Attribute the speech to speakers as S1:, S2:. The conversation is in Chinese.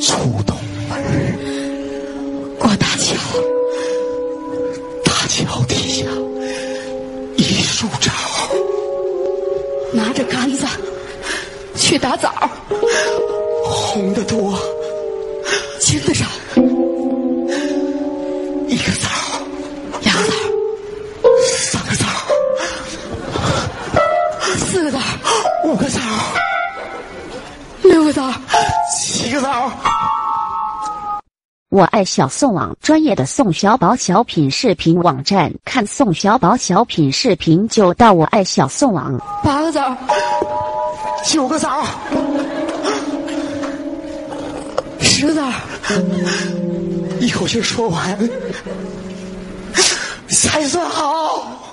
S1: 出东门，过大桥，大桥底下一树枣，
S2: 拿着杆子去打枣，
S1: 红的多，
S2: 金的少，
S1: 一个枣，
S2: 两个枣，
S1: 三个枣，
S2: 四个枣，
S1: 五个枣，
S2: 六个枣。
S1: 七个枣。
S3: 我爱小宋网，专业的宋小宝小品视频网站，看宋小宝小品视频就到我爱小宋网。
S2: 八个枣，
S1: 九个枣，
S2: 十个枣，
S1: 一口气儿说完，才算好。